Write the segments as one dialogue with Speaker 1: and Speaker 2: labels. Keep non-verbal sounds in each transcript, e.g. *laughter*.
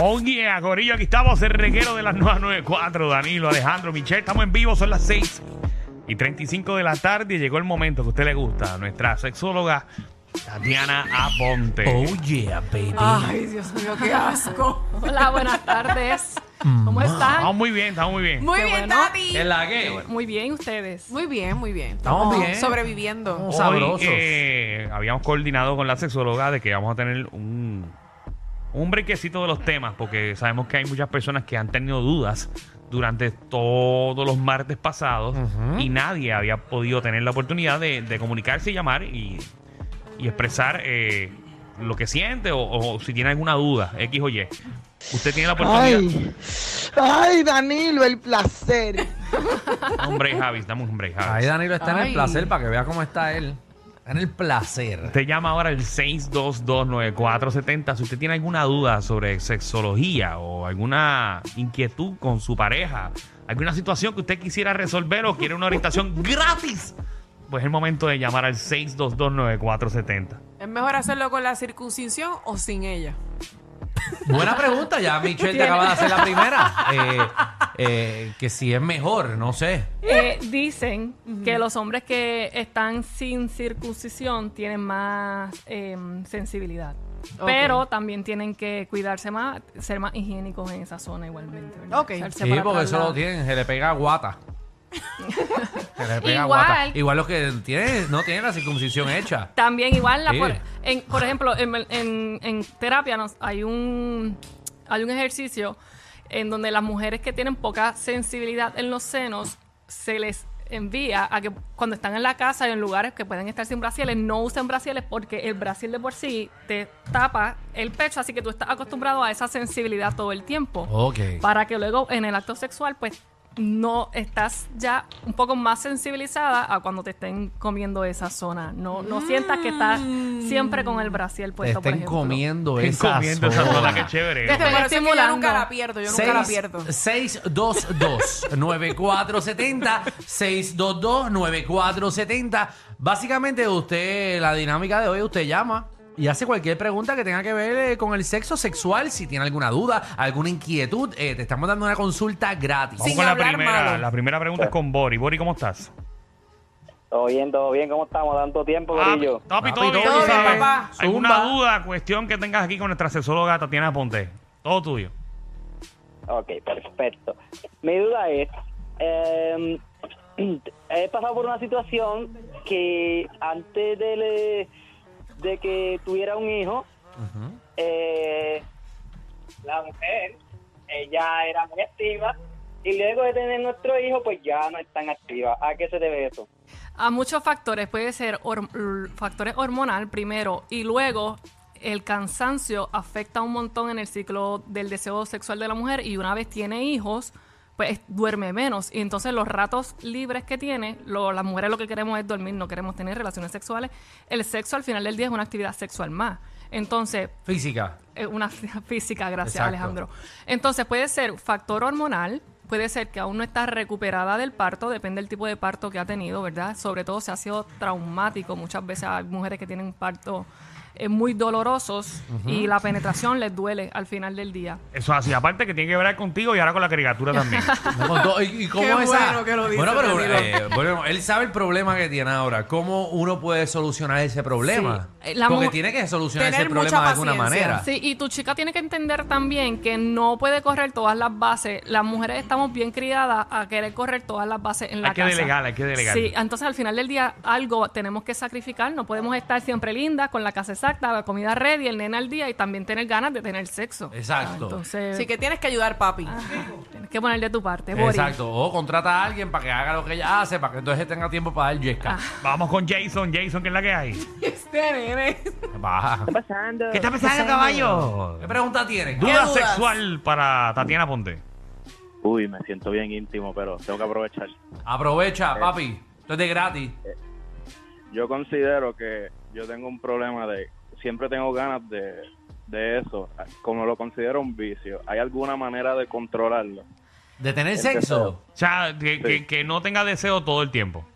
Speaker 1: Oh yeah, Corillo, aquí estamos, el reguero de las 994, Danilo, Alejandro, Michelle, estamos en vivo, son las 6 y 35 de la tarde y llegó el momento que a usted le gusta, nuestra sexóloga Tatiana Aponte.
Speaker 2: Oh yeah, baby.
Speaker 3: Ay, Dios mío, qué asco. *laughs* Hola, Ah, buenas tardes. ¿Cómo
Speaker 1: Estamos
Speaker 3: están?
Speaker 1: muy bien, estamos muy bien.
Speaker 4: Muy
Speaker 3: Qué
Speaker 4: bien,
Speaker 3: bueno.
Speaker 4: Tati.
Speaker 2: la que?
Speaker 3: Muy bien, ustedes.
Speaker 4: Muy bien, muy bien.
Speaker 2: Eh, Estamos
Speaker 4: Estamos
Speaker 2: bien.
Speaker 4: sobreviviendo.
Speaker 1: Hoy,
Speaker 2: Sabrosos.
Speaker 1: eh, habíamos coordinado con la sexóloga de que vamos a tener un, un brequecito de los temas, porque sabemos que hay muchas personas que han tenido dudas durante todos los martes pasados y nadie había podido tener la oportunidad de, de comunicarse y llamar y, y expresar eh, lo que siente o, o si tiene alguna duda, X o Y. Usted tiene la oportunidad.
Speaker 5: Ay, ay, Danilo, el placer.
Speaker 1: Hombre, Javi, estamos hombre, Javi.
Speaker 2: Ahí Danilo está en el
Speaker 3: Ay.
Speaker 2: placer para que vea cómo está él. Está en el placer.
Speaker 1: Usted llama ahora al 6229470 si usted tiene alguna duda sobre sexología o alguna inquietud con su pareja, alguna situación que usted quisiera resolver o quiere una orientación gratis, pues es el momento de llamar al 6229470.
Speaker 4: ¿Es mejor hacerlo con la circuncisión o sin ella?
Speaker 2: Buena pregunta, *laughs* ya Michelle te acaba de hacer la *laughs* primera. Eh, eh, que si es mejor, no sé.
Speaker 3: Eh, dicen que los hombres que están sin circuncisión tienen más em, sensibilidad.
Speaker 4: Ok.
Speaker 3: Pero también tienen que cuidarse más, ser más higiénicos en esa zona igualmente. ¿verdad?
Speaker 4: Ok.
Speaker 3: Echarse
Speaker 2: Sí,
Speaker 3: para
Speaker 2: porque
Speaker 3: atrás
Speaker 2: eso lo
Speaker 3: la-
Speaker 2: tienen, se le pega guata. Se le pega
Speaker 3: Igual.
Speaker 2: guata. Igual los que tienen, no tienen la circuncisión hecha.
Speaker 3: También igual, la
Speaker 2: Sí.
Speaker 3: por, en- por ejemplo, en, en- en terapia nos, hay, un, hay un ejercicio en donde las mujeres que tienen poca sensibilidad en los senos se les envía a que cuando están en la casa y en lugares que pueden estar sin brasiles, no usen brasiles porque el brasil de por sí te tapa el pecho, así que tú estás acostumbrado a esa sensibilidad todo el tiempo
Speaker 2: Ok.
Speaker 3: para que luego en el acto sexual pues no estás ya un poco más sensibilizada a cuando te estén comiendo esa zona. No, no sientas que estás siempre con el brasier
Speaker 2: Mm. Te
Speaker 3: puesto, por
Speaker 2: estén
Speaker 3: ejemplo.
Speaker 2: comiendo
Speaker 1: Estoy
Speaker 2: Pues esa
Speaker 1: comiendo esa zona, qué chévere.
Speaker 3: Desde-
Speaker 4: Por
Speaker 3: Estoy
Speaker 4: eso es Este que yo
Speaker 3: estimulando.
Speaker 4: nunca la pierdo, yo nunca la pierdo. *laughs*
Speaker 2: 622-9470. 622-9470. Básicamente, usted, la dinámica de hoy, usted llama. Y hace cualquier pregunta que tenga que ver eh, con el sexo sexual, si tiene alguna duda, alguna inquietud, eh, te estamos dando una consulta gratis.
Speaker 1: Vamos
Speaker 4: Sin
Speaker 1: con la
Speaker 4: hablar
Speaker 1: primera,
Speaker 4: malo.
Speaker 1: la primera pregunta es con Bori. Bori, ¿cómo estás?
Speaker 6: Todo bien, todo bien. ¿Cómo estamos? Tanto tiempo, Gorillo.
Speaker 1: Ah, papi,
Speaker 2: Papi,
Speaker 1: todo bien, tú
Speaker 4: todo bien,
Speaker 1: sabes.
Speaker 4: papá.
Speaker 1: ¿Alguna
Speaker 2: Zumba.
Speaker 1: duda, cuestión que tengas aquí con nuestra sexóloga Tatiana Ponte? Todo tuyo.
Speaker 6: Ok, perfecto. Mi duda es, eh, *clears throat* he pasado por una situación que antes de, le- de que tuviera un hijo, eh, la mujer, ella era muy activa y luego de tener nuestro hijo, pues ya no es tan activa. ¿A qué se debe eso?
Speaker 3: A muchos factores, puede ser hor- factores hormonal primero y luego el cansancio afecta un montón en el ciclo del deseo sexual de la mujer y una vez tiene hijos, pues duerme menos y entonces los ratos libres que tiene, lo- las mujeres lo que queremos es dormir, no queremos tener relaciones sexuales. El sexo al final del día es una actividad sexual más. Entonces,
Speaker 2: Física.
Speaker 3: eh, una *laughs* fí- física, gracias
Speaker 2: Exacto.
Speaker 3: Alejandro. Entonces puede ser factor hormonal, puede ser que aún no está recuperada del parto, depende del tipo de parto que ha tenido, ¿verdad? Sobre todo si ha sido traumático, muchas veces hay mujeres que tienen parto eh, muy dolorosos y la penetración les duele al final del día.
Speaker 1: Eso es así. Aparte que tiene que ver contigo y ahora con la caricatura
Speaker 4: *laughs*
Speaker 1: también.
Speaker 2: Me contó, ¿Y, y cómo
Speaker 4: Qué
Speaker 2: esa-
Speaker 4: bueno que lo dice,
Speaker 2: Bueno, pero,
Speaker 4: Danilo.
Speaker 2: eh, bueno, él sabe el problema que tiene ahora. ¿Cómo uno puede solucionar ese problema?
Speaker 3: Sí. Eh, la
Speaker 2: Porque
Speaker 3: mu-
Speaker 2: tiene que solucionar ese
Speaker 4: Tener
Speaker 2: problema de
Speaker 4: mucha
Speaker 2: alguna
Speaker 4: paciencia.
Speaker 2: manera.
Speaker 3: Sí, y tu chica tiene que entender también que no puede correr todas las bases. Las mujeres estamos bien criadas a querer correr todas las bases en la
Speaker 1: Hay que
Speaker 3: casa.
Speaker 1: delegar, hay que delegar.
Speaker 3: Sí, entonces al final del día algo tenemos que sacrificar. No podemos estar siempre lindas, con la casa exacta, la comida ready, el nene al día y también tener ganas de tener sexo. Ah,
Speaker 2: Exacto.
Speaker 3: Entonces,
Speaker 4: Así que tienes que ayudar, papi.
Speaker 3: Ah. tienes que poner de tu parte, Boris.
Speaker 2: Exacto. O contrata a alguien para que haga lo que ella hace, para que entonces tenga tiempo para dar yesca.
Speaker 4: Ah.
Speaker 1: Vamos con Jason. Jason, ¿qué es la que hay?
Speaker 4: Este nene.
Speaker 2: Baja.
Speaker 1: ¿Qué está pensando, caballo?
Speaker 2: ¿Qué pregunta tienes?
Speaker 1: Duda
Speaker 4: dudas?
Speaker 1: sexual para Tatiana Ponte.
Speaker 6: Uy, me siento bien íntimo, pero tengo que aprovechar.
Speaker 2: Aprovecha, papi. Esto es de gratis.
Speaker 6: Yo considero que yo tengo un problema de... Siempre tengo ganas de, de eso. Como lo considero un vicio. ¿Hay alguna manera de controlarlo?
Speaker 2: ¿De tener
Speaker 6: El
Speaker 2: sexo?
Speaker 6: deseo.
Speaker 1: O sea, que, que- que no tenga deseo todo el tiempo.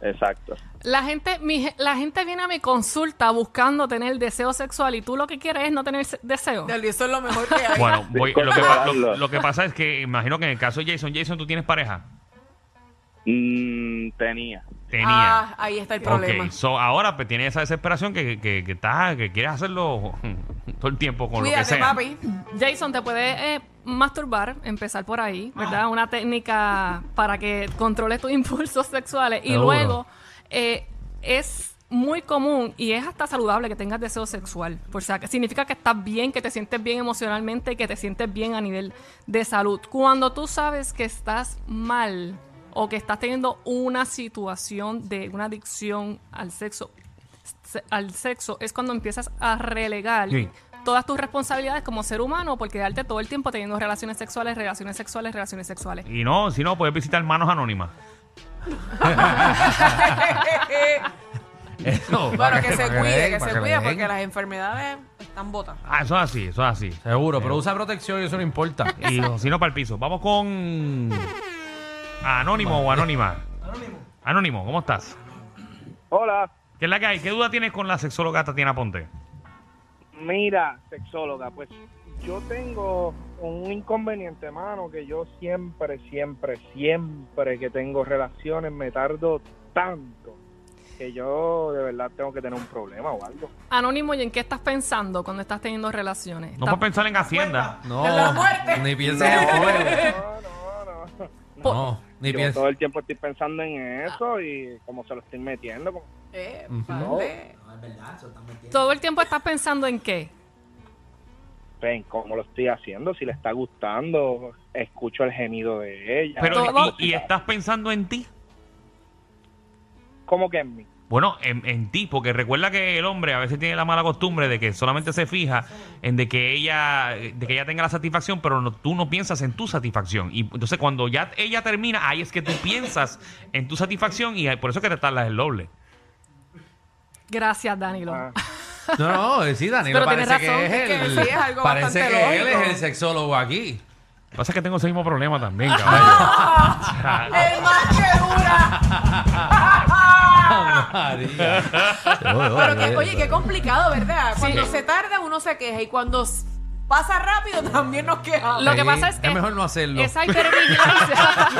Speaker 6: Exacto.
Speaker 3: La gente, mi ge- la gente viene a mi consulta buscando tener deseo sexual y tú lo que quieres es no tener se- deseo.
Speaker 4: Dale, Eso es lo mejor que hay.
Speaker 1: Bueno,
Speaker 6: Sí,
Speaker 1: voy- lo, que, pa- lo-
Speaker 6: controlarlo.
Speaker 1: lo que pasa es que imagino que en el caso de Jason, Jason, tú tienes pareja.
Speaker 6: Mm, tenía.
Speaker 1: Tenía.
Speaker 4: ah, ahí está el problema.
Speaker 1: ok, so ahora pues tienes esa desesperación que, que, que, estás- que quieres hacerlo *laughs* todo el tiempo con lo que
Speaker 4: Cuídate,
Speaker 1: sea.
Speaker 4: papi. *laughs*
Speaker 3: Jason, te puedes eh, masturbar, empezar por ahí, ¿verdad? Una técnica para que controles tus *laughs* impulsos sexuales. Y
Speaker 2: Seguro.
Speaker 3: luego eh, es muy común y es hasta saludable que tengas deseo sexual. O sea, que significa que estás bien, que te sientes bien emocionalmente, que te sientes bien a nivel de salud. Cuando tú sabes que estás mal o que estás teniendo una situación de una adicción al sexo, se- al sexo es cuando empiezas a relegar
Speaker 2: Sí.
Speaker 3: todas tus responsabilidades como ser humano por quedarte todo el tiempo teniendo relaciones sexuales, relaciones sexuales, relaciones sexuales.
Speaker 1: Y no, si no, puedes visitar Manos Anónimas.
Speaker 2: Eso, para
Speaker 4: bueno, que se
Speaker 2: para le
Speaker 4: cuide,
Speaker 2: den,
Speaker 4: que
Speaker 2: para
Speaker 4: se cuide
Speaker 2: le den.
Speaker 4: porque las enfermedades están botas.
Speaker 1: Ah, eso es así, eso es así.
Speaker 2: Seguro, pero usa protección Eh. *laughs* y eso no importa.
Speaker 1: Y o si no, para el piso. Vamos con. Anónimo o Anónima. Anónimo. Anónimo, ¿cómo estás?
Speaker 6: Hola.
Speaker 1: ¿Qué es la que hay? ¿Qué duda tienes con la sexóloga Tatiana Ponte?
Speaker 7: Mira, sexóloga, pues yo tengo un inconveniente, mano, que yo siempre, siempre, siempre que tengo relaciones me tardo tanto que yo de verdad tengo que tener un problema o algo.
Speaker 3: Anónimo, ¿y en qué estás pensando cuando estás teniendo relaciones?
Speaker 1: No
Speaker 3: ¿Estás-
Speaker 1: puedes pensar en Hacienda.
Speaker 2: No,
Speaker 4: De *laughs* la muerte.
Speaker 2: ni pienses en juego.
Speaker 7: No, no, no.
Speaker 3: po-
Speaker 2: No, ni
Speaker 4: *laughs*
Speaker 7: Yo
Speaker 2: pienses.
Speaker 7: todo el tiempo estoy pensando en eso y como se lo estoy metiendo. como-
Speaker 4: Eh, vale.
Speaker 3: Todo el tiempo estás pensando en qué.
Speaker 7: Ven, pues, cómo lo estoy haciendo, si le está gustando, escucho el gemido de ella.
Speaker 1: Pero,
Speaker 3: Todo-
Speaker 1: y, y estás pensando en ti?
Speaker 7: ¿Cómo que en mí?
Speaker 1: Bueno, en, en ti, porque recuerda que el hombre a veces tiene la mala costumbre de que solamente se fija en de que ella, de que ella tenga la satisfacción, pero no- tú no piensas en tu satisfacción. Y entonces cuando ya ella termina, ahí es que tú piensas en tu satisfacción y por eso es que te tardas el doble.
Speaker 3: Gracias, Danilo.
Speaker 7: Ah.
Speaker 2: No, no, eh, sí, Dani,
Speaker 3: Pero tienes
Speaker 2: parece que
Speaker 3: razón,
Speaker 2: es
Speaker 4: es que
Speaker 2: él.
Speaker 4: sí, es algo
Speaker 2: parece
Speaker 4: bastante
Speaker 2: que él es
Speaker 4: lógico.
Speaker 2: el sexólogo
Speaker 4: *laughs*
Speaker 2: aquí.
Speaker 1: Lo que Pasa es que tengo ese mismo problema también, caballo.
Speaker 4: El más que dura.
Speaker 2: *laughs* María.
Speaker 4: Pero que, oye, qué complicado, ¿verdad? Cuando se tarda uno se queja y cuando s- pasa rápido también nos quejamos.
Speaker 3: Lo
Speaker 2: Sí,
Speaker 3: que pasa es que
Speaker 2: es mejor no hacerlo. *laughs*
Speaker 3: Esa hipervigilancia,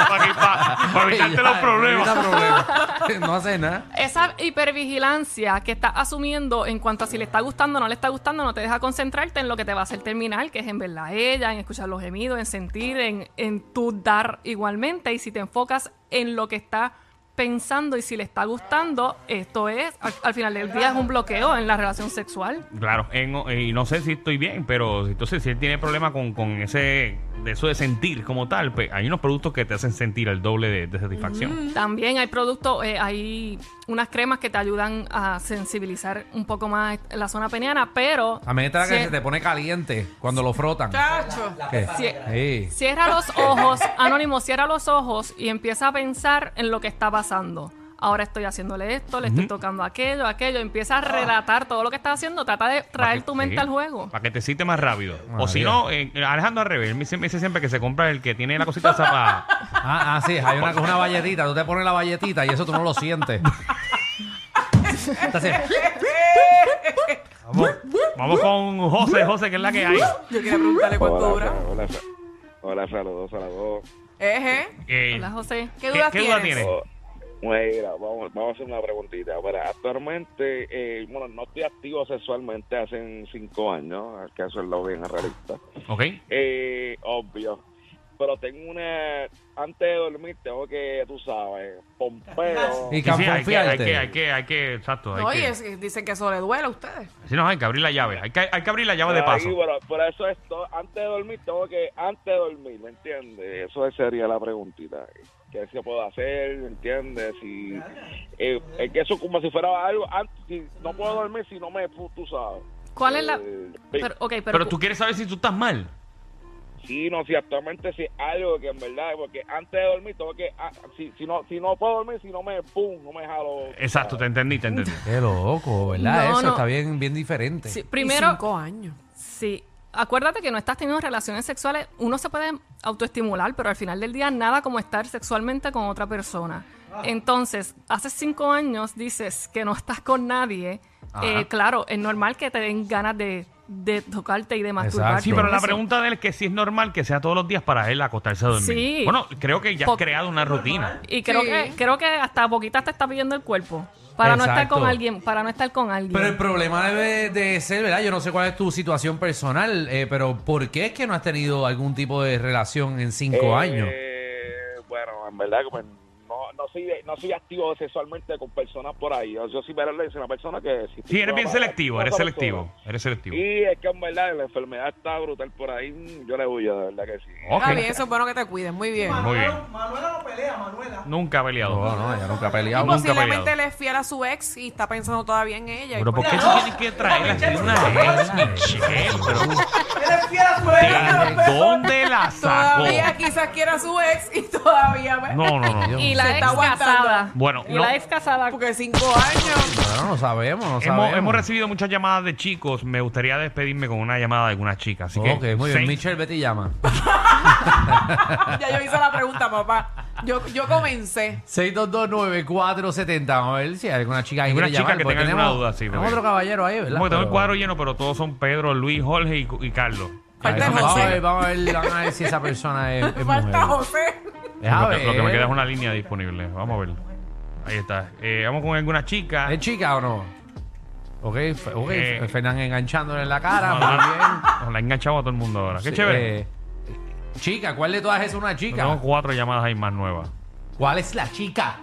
Speaker 1: para, que- para- para evitarte los
Speaker 2: Ya,
Speaker 1: problemas.
Speaker 2: evita problemas. no hace nada.
Speaker 3: esa hipervigilancia que estás asumiendo en cuanto a si le está gustando o no le está gustando, no te deja concentrarte en lo que te va a hacer terminar, que es en verla a ella, en escuchar los gemidos, en sentir, en, en tu dar igualmente. Y si te enfocas en lo que está pensando y si le está gustando, esto es, al, al final del día es un bloqueo en la relación sexual.
Speaker 1: Claro, en- y no sé si estoy bien, pero entonces si él tiene problema con, con ese de eso de sentir como tal, pues hay unos productos que te hacen sentir el doble de, de satisfacción.
Speaker 3: También hay productos, eh, hay unas cremas que te ayudan a sensibilizar un poco más la zona peniana, pero...
Speaker 2: A mí está la que
Speaker 3: si-
Speaker 2: se te pone caliente cuando lo frotan.
Speaker 4: Chacho.
Speaker 2: ¿Qué?
Speaker 3: si-
Speaker 2: Sí.
Speaker 3: Cierra los ojos, Anónimo, cierra los ojos y empieza a pensar en lo que está pasando. Ahora estoy haciéndole esto, le estoy tocando aquello, aquello. Empieza a relatar todo lo que estás haciendo. Trata de traer tu mente al juego.
Speaker 1: Para que te cite más rápido.
Speaker 2: María.
Speaker 1: O si no, eh, Alejandro al revés. Él me dice, me dice siempre que se compra el que tiene la cosita esa
Speaker 2: *laughs*
Speaker 1: pa-
Speaker 2: Ah, ah, sí, hay una, una valletita. Tú te pones la valletita y eso tú no lo sientes. Entonces,
Speaker 1: Vamos, vamos con José, José, que es la que hay.
Speaker 4: Yo quería preguntarle cuánto
Speaker 6: hola,
Speaker 4: dura.
Speaker 6: hola, sa- hola, saludos, saludos.
Speaker 4: Eje.
Speaker 1: Eh,
Speaker 3: Hola, José.
Speaker 4: ¿Qué dudas tienes?
Speaker 6: Oh, Mira, vamos, vamos a hacer una preguntita. Mira, actualmente, eh, bueno, no estoy activo sexualmente hace cinco años, hay que hacerlo bien realista.
Speaker 1: Ok.
Speaker 6: Eh, obvio. Pero tengo una... Antes de dormir tengo que, tú sabes, pompeo.
Speaker 2: y
Speaker 1: Sí, sí, hay, que, hay,
Speaker 2: canfonfiarte.
Speaker 1: que, hay que, hay que, exacto. Hay
Speaker 4: No, y
Speaker 1: que,
Speaker 4: es- dicen que eso le duele a ustedes.
Speaker 1: Sí, no, hay que abrir la llave. Hay que, hay que abrir la llave de
Speaker 6: Ahí,
Speaker 1: paso.
Speaker 6: bueno, por eso es to- antes de dormir tengo que, antes de dormir, ¿me entiendes? Eso sería la preguntita. ¿Qué se puede hacer? ¿Me entiendes? Si, eh, es que eso como si fuera algo, antes, si no puedo dormir si no me, pu- tú sabes.
Speaker 3: ¿Cuál es la...?
Speaker 6: Eh,
Speaker 3: Pero, ok, pero,
Speaker 1: Pero, tú quieres saber si tú estás mal.
Speaker 7: Sí, no, si actualmente si algo que en verdad, porque antes de dormir, tengo que, ah, si, si, no, si no puedo dormir, si no me, pum, no me jalo.
Speaker 1: Exacto, te entendí, te entendí.
Speaker 2: Qué loco, ¿verdad?
Speaker 3: No,
Speaker 2: Eso
Speaker 3: no.
Speaker 2: está bien, bien diferente.
Speaker 3: Sí,
Speaker 4: Y
Speaker 3: primero,
Speaker 4: cinco años.
Speaker 3: Sí. Acuérdate que no estás teniendo relaciones sexuales. Uno se puede autoestimular, pero al final del día nada como estar sexualmente con otra persona.
Speaker 2: Ah.
Speaker 3: Entonces, hace cinco años dices que no estás con nadie.
Speaker 2: Ajá.
Speaker 3: Eh, claro, es normal que te den ganas de, de tocarte y de masturbarte.
Speaker 1: Sí, pero la
Speaker 3: Eso.
Speaker 1: pregunta de él es que si es normal que sea todos los días para él acostarse a dormir.
Speaker 3: Sí.
Speaker 1: Bueno, creo que ya has
Speaker 3: Porque-
Speaker 1: creado una rutina.
Speaker 3: Y creo,
Speaker 4: Sí.
Speaker 3: que, creo que hasta poquitas te está pidiendo el cuerpo. Para no estar
Speaker 2: Exacto.
Speaker 3: con alguien. Para no estar con alguien.
Speaker 2: Pero el problema debe de ser, ¿verdad? Yo no sé cuál es tu situación personal, eh, pero ¿por qué es que no has tenido algún tipo de relación en cinco
Speaker 7: Eh,
Speaker 2: años?
Speaker 7: Bueno, en verdad, pues, no, no, soy, no soy activo sexualmente con personas por ahí. Yo, yo sí, pero soy una persona que... Si
Speaker 1: Sí, eres bien
Speaker 7: para-
Speaker 1: selectivo,
Speaker 7: para
Speaker 1: eres
Speaker 7: esa
Speaker 1: selectivo,
Speaker 7: persona.
Speaker 1: eres selectivo.
Speaker 7: Y es que en verdad la enfermedad está brutal por ahí. Yo le huyo, de verdad que sí.
Speaker 1: Ok.
Speaker 4: Está bien, eso es bueno que te cuiden. Muy bien.
Speaker 1: Muy bien. Nunca ha peleado.
Speaker 2: No, no, ella nunca ha peleado.
Speaker 4: Y
Speaker 1: nunca
Speaker 4: posiblemente
Speaker 1: peleado.
Speaker 4: él es fiel a su ex y está pensando todavía en ella. Y
Speaker 1: Pero ¿por
Speaker 4: pues-
Speaker 1: qué tú tienes que traer aquí una
Speaker 2: pues,
Speaker 1: ex, Michelle? Pero, ¿De dónde la sacó?
Speaker 4: Todavía quizás quiera a su ex y todavía... pues,
Speaker 1: No, no, no.
Speaker 3: y la
Speaker 4: Se
Speaker 3: ex
Speaker 4: está aguantando.
Speaker 3: casada.
Speaker 1: Bueno,
Speaker 3: y
Speaker 1: no.
Speaker 3: la ex casada.
Speaker 4: Porque cinco años...
Speaker 2: Bueno, no sabemos, no
Speaker 1: Hemos,
Speaker 2: sabemos.
Speaker 1: hemos recibido muchas llamadas de chicos. Me gustaría despedirme con una llamada de alguna chica. Así que.
Speaker 2: Ok, muy bien.
Speaker 1: seis-
Speaker 2: Michelle, vete
Speaker 1: *laughs*
Speaker 2: y llama.
Speaker 4: Ya yo hice la pregunta, papá. Yo, yo comencé.
Speaker 2: 6229470. Vamos a ver si hay alguna chica que
Speaker 1: Alguna
Speaker 2: quiere
Speaker 1: chica
Speaker 2: llamar,
Speaker 1: que
Speaker 2: porque
Speaker 1: tenga
Speaker 2: tenemos-
Speaker 1: alguna duda, sí,
Speaker 2: tenemos
Speaker 1: porque-
Speaker 2: otro caballero ahí, ¿verdad?
Speaker 1: Como que tengo el
Speaker 2: Pero-
Speaker 1: cuadro lleno, pero todos son Pedro, Luis, Jorge y, y Carlos.
Speaker 2: Ahí,
Speaker 4: Falta el
Speaker 2: vamos,
Speaker 4: José.
Speaker 2: a ver, vamos
Speaker 1: *laughs*
Speaker 2: a ver, vamos a ver si esa persona es, es mujer.
Speaker 4: Falta José.
Speaker 2: Deja
Speaker 1: Lo que, lo que me
Speaker 2: ver.
Speaker 1: queda es una línea disponible. Vamos a ver. Ahí está. Eh, vamos con alguna chica.
Speaker 2: ¿Es chica o no? Ok, fe- ok,
Speaker 1: Eh.
Speaker 2: Fernán enganchándole en la cara,
Speaker 1: No, no,
Speaker 2: muy bien.
Speaker 1: Nos la ha enganchado a todo el mundo ahora. Qué
Speaker 2: Sí,
Speaker 1: chévere.
Speaker 2: eh, chica, ¿cuál de todas es una chica?
Speaker 1: Tenemos cuatro llamadas ahí más nuevas.
Speaker 2: ¿Cuál es la chica?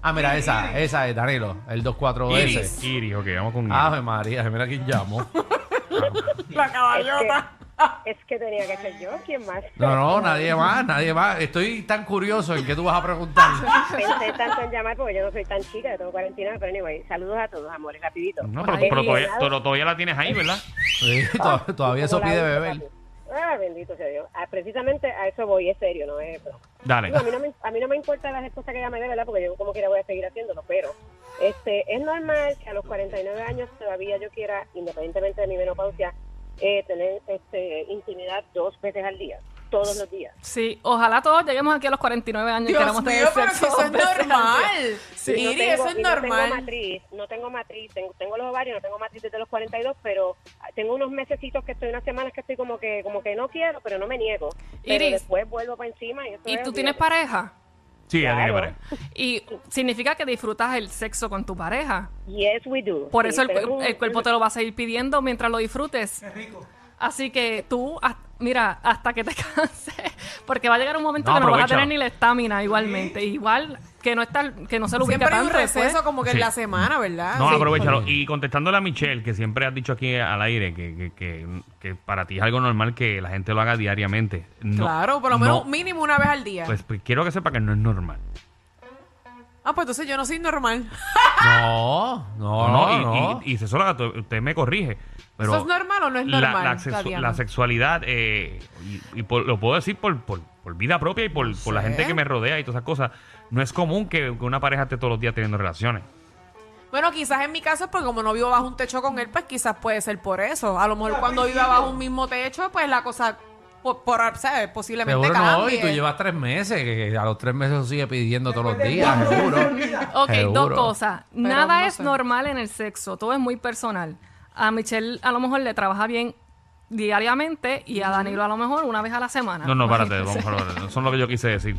Speaker 2: Ah, mira, esa, esa es Danilo, el 24S.
Speaker 1: Iris. Iris, ok, vamos con Iris.
Speaker 2: Ave María, mira quién llamó.
Speaker 4: La caballota.
Speaker 8: Es que tenía que ser yo, ¿quién más?
Speaker 2: No, no, nadie más, nadie más. Estoy tan curioso en qué tú vas a preguntar.
Speaker 8: Pensé tanto en llamar porque yo no soy tan chica, yo tengo 49, pero anyway, saludos a todos, amores, rapidito.
Speaker 1: No, pero,
Speaker 8: Ay,
Speaker 1: pero todavía,
Speaker 8: nada.
Speaker 1: pero todavía la tienes ahí, ¿verdad?
Speaker 2: Sí, to- todavía eso
Speaker 8: Ah, Como la
Speaker 2: pide
Speaker 8: uso,
Speaker 2: beber.
Speaker 8: papi. Ah, bendito sea Dios. Ah, precisamente a eso voy, es serio, no es broma.
Speaker 1: Dale.
Speaker 8: Digo, a, mí no me, a mí no me importa la respuesta que ella me dé, ¿verdad? Porque yo como quiera voy a seguir haciéndolo, pero este es normal que a los 49 años todavía yo quiera, independientemente de mi menopausia, eh, tener este, intimidad dos veces al día, todos los días.
Speaker 3: Sí, ojalá todos lleguemos aquí a los 49 años y
Speaker 4: Dios mío,
Speaker 3: queramos tener
Speaker 4: pero si
Speaker 3: sexo
Speaker 4: eso
Speaker 3: dos
Speaker 4: es
Speaker 3: veces al día.
Speaker 4: normal.
Speaker 3: Sí.
Speaker 8: Y no
Speaker 4: Iri,
Speaker 8: tengo-
Speaker 4: eso es
Speaker 8: y No tengo
Speaker 4: normal.
Speaker 8: matriz, no tengo matriz, tengo, tengo los ovarios, no tengo matriz desde los 42, pero tengo unos mesecitos que estoy, unas semanas que estoy como que como que no quiero, pero no me niego. Pero
Speaker 3: Iris.
Speaker 8: después vuelvo para encima y eso
Speaker 3: Y
Speaker 8: es-
Speaker 4: Pues,
Speaker 3: tú tienes pareja.
Speaker 1: Sí, ya tiene
Speaker 8: Claro.
Speaker 1: pareja.
Speaker 3: Y significa que disfrutas el sexo con tu pareja.
Speaker 8: Yes, we do.
Speaker 3: Por
Speaker 8: Sí,
Speaker 3: eso el,
Speaker 8: tenemos
Speaker 3: cu-
Speaker 8: un-
Speaker 3: el cuerpo te lo va a seguir pidiendo mientras lo disfrutes. Así que tú, haz- mira, hasta que te *laughs* canses, porque va a llegar un momento
Speaker 1: No,
Speaker 3: que no vas a
Speaker 1: aprovecha.
Speaker 3: tener ni la estamina igualmente. Igual que no está, que no se lo ubica
Speaker 4: Siempre hay un
Speaker 3: tanto después.
Speaker 4: receso como que
Speaker 1: Sí.
Speaker 4: en la semana, ¿verdad?
Speaker 1: No,
Speaker 4: Ah,
Speaker 1: ah,
Speaker 4: Sí.
Speaker 1: aprovechalo. Y contestándole a Michelle, que siempre has dicho aquí al aire que, que, que- que para ti es algo normal que la gente lo haga diariamente. No,
Speaker 4: Claro, por lo menos
Speaker 1: no.
Speaker 4: mínimo una vez al día.
Speaker 1: Pues, pues quiero que sepa que no es normal.
Speaker 4: Ah, pues entonces yo no soy normal.
Speaker 2: No, no, no.
Speaker 1: No, y, y, y se sola, tú- usted me corrige. Pero
Speaker 4: ¿Eso es normal o no es
Speaker 1: la-
Speaker 4: normal,
Speaker 1: La, sexu-
Speaker 4: Tatiana?
Speaker 1: la sexualidad, eh, y, y por- lo puedo decir por, por, por vida propia y por, por la
Speaker 4: sé.
Speaker 1: gente que me rodea y todas esas cosas, no es común que, que una pareja esté todos los días teniendo relaciones.
Speaker 4: Bueno, quizás en mi caso es porque como no vivo bajo un techo con él, pues quizás puede ser por eso. A lo mejor cuando viva bajo un mismo techo, pues la cosa, por, por- ¿sabes? Posiblemente
Speaker 2: Seguro no, y
Speaker 4: cambie.
Speaker 2: tú llevas tres meses, que a los tres meses lo sigue pidiendo todos los días, seguro.
Speaker 3: Ok,
Speaker 2: Seguro.
Speaker 3: dos cosas.
Speaker 4: Pero
Speaker 3: Nada
Speaker 4: no
Speaker 3: es
Speaker 4: sé.
Speaker 3: normal en el sexo, todo es muy personal. A Michelle a lo mejor le trabaja bien diariamente y a Danilo a lo mejor una vez a la semana.
Speaker 1: No, no,
Speaker 4: Ah,
Speaker 1: párate, vamos a hablar. Eso es lo que yo quise decir.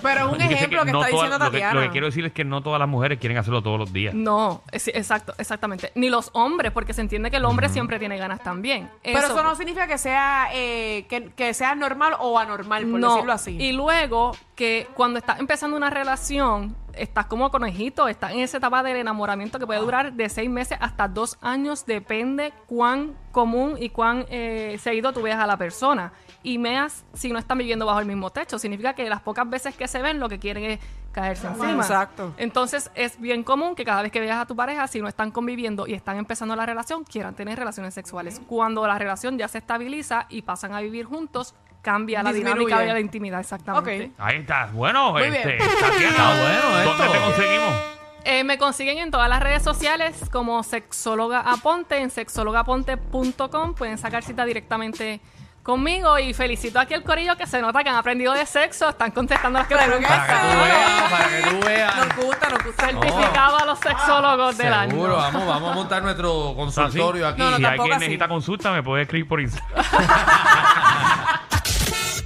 Speaker 4: Pero es un
Speaker 1: Yo sé
Speaker 4: ejemplo que
Speaker 1: no
Speaker 4: está
Speaker 1: todas-
Speaker 4: diciendo
Speaker 1: lo que-
Speaker 4: Tatiana.
Speaker 1: Lo que quiero decir es que no todas las mujeres quieren hacerlo todos los días.
Speaker 3: No, es- exacto, exactamente. Ni los hombres, porque se entiende que el hombre siempre tiene ganas también.
Speaker 4: Pero eso no significa que sea eh, que, que sea normal o anormal, por
Speaker 3: No.
Speaker 4: decirlo así.
Speaker 3: Y luego que cuando estás empezando una relación, estás como conejito, estás en esa etapa del enamoramiento que puede durar de seis meses hasta dos años, depende cuán común y cuán eh, seguido tú veas a la persona. y meas si no están viviendo bajo el mismo techo. Significa que las pocas veces que se ven lo que quieren es caerse encima.
Speaker 4: Exacto.
Speaker 3: Entonces es bien común que cada vez que veas a tu pareja, si no están conviviendo y están empezando la relación, quieran tener relaciones sexuales. Cuando la relación ya se estabiliza y pasan a vivir juntos, cambia la
Speaker 4: Disminuye.
Speaker 3: dinámica de la intimidad exactamente.
Speaker 4: Ok.
Speaker 1: Ahí está. Bueno,
Speaker 4: Muy
Speaker 1: este,
Speaker 4: bien.
Speaker 1: Tatiana,
Speaker 2: Está bueno
Speaker 1: ¿Dónde
Speaker 2: esto.
Speaker 1: te conseguimos?
Speaker 3: Eh, me consiguen en todas las redes sociales como sexóloga aponte en sexólogaaponte.com. Pueden sacar cita directamente conmigo y felicito aquí al corillo que se nota que han aprendido de sexo, están contestando las
Speaker 4: Claro que
Speaker 3: preguntas.
Speaker 2: Para que tú veas, para que tú veas.
Speaker 4: Nos gusta, nos gusta el
Speaker 3: Certificado a los sexólogos del año.
Speaker 2: Seguro, vamos, vamos a montar nuestro consultorio
Speaker 1: Así.
Speaker 2: aquí.
Speaker 4: No, no,
Speaker 1: si
Speaker 4: tampoco
Speaker 1: alguien
Speaker 4: así.
Speaker 1: necesita consulta, me puede escribir por Instagram.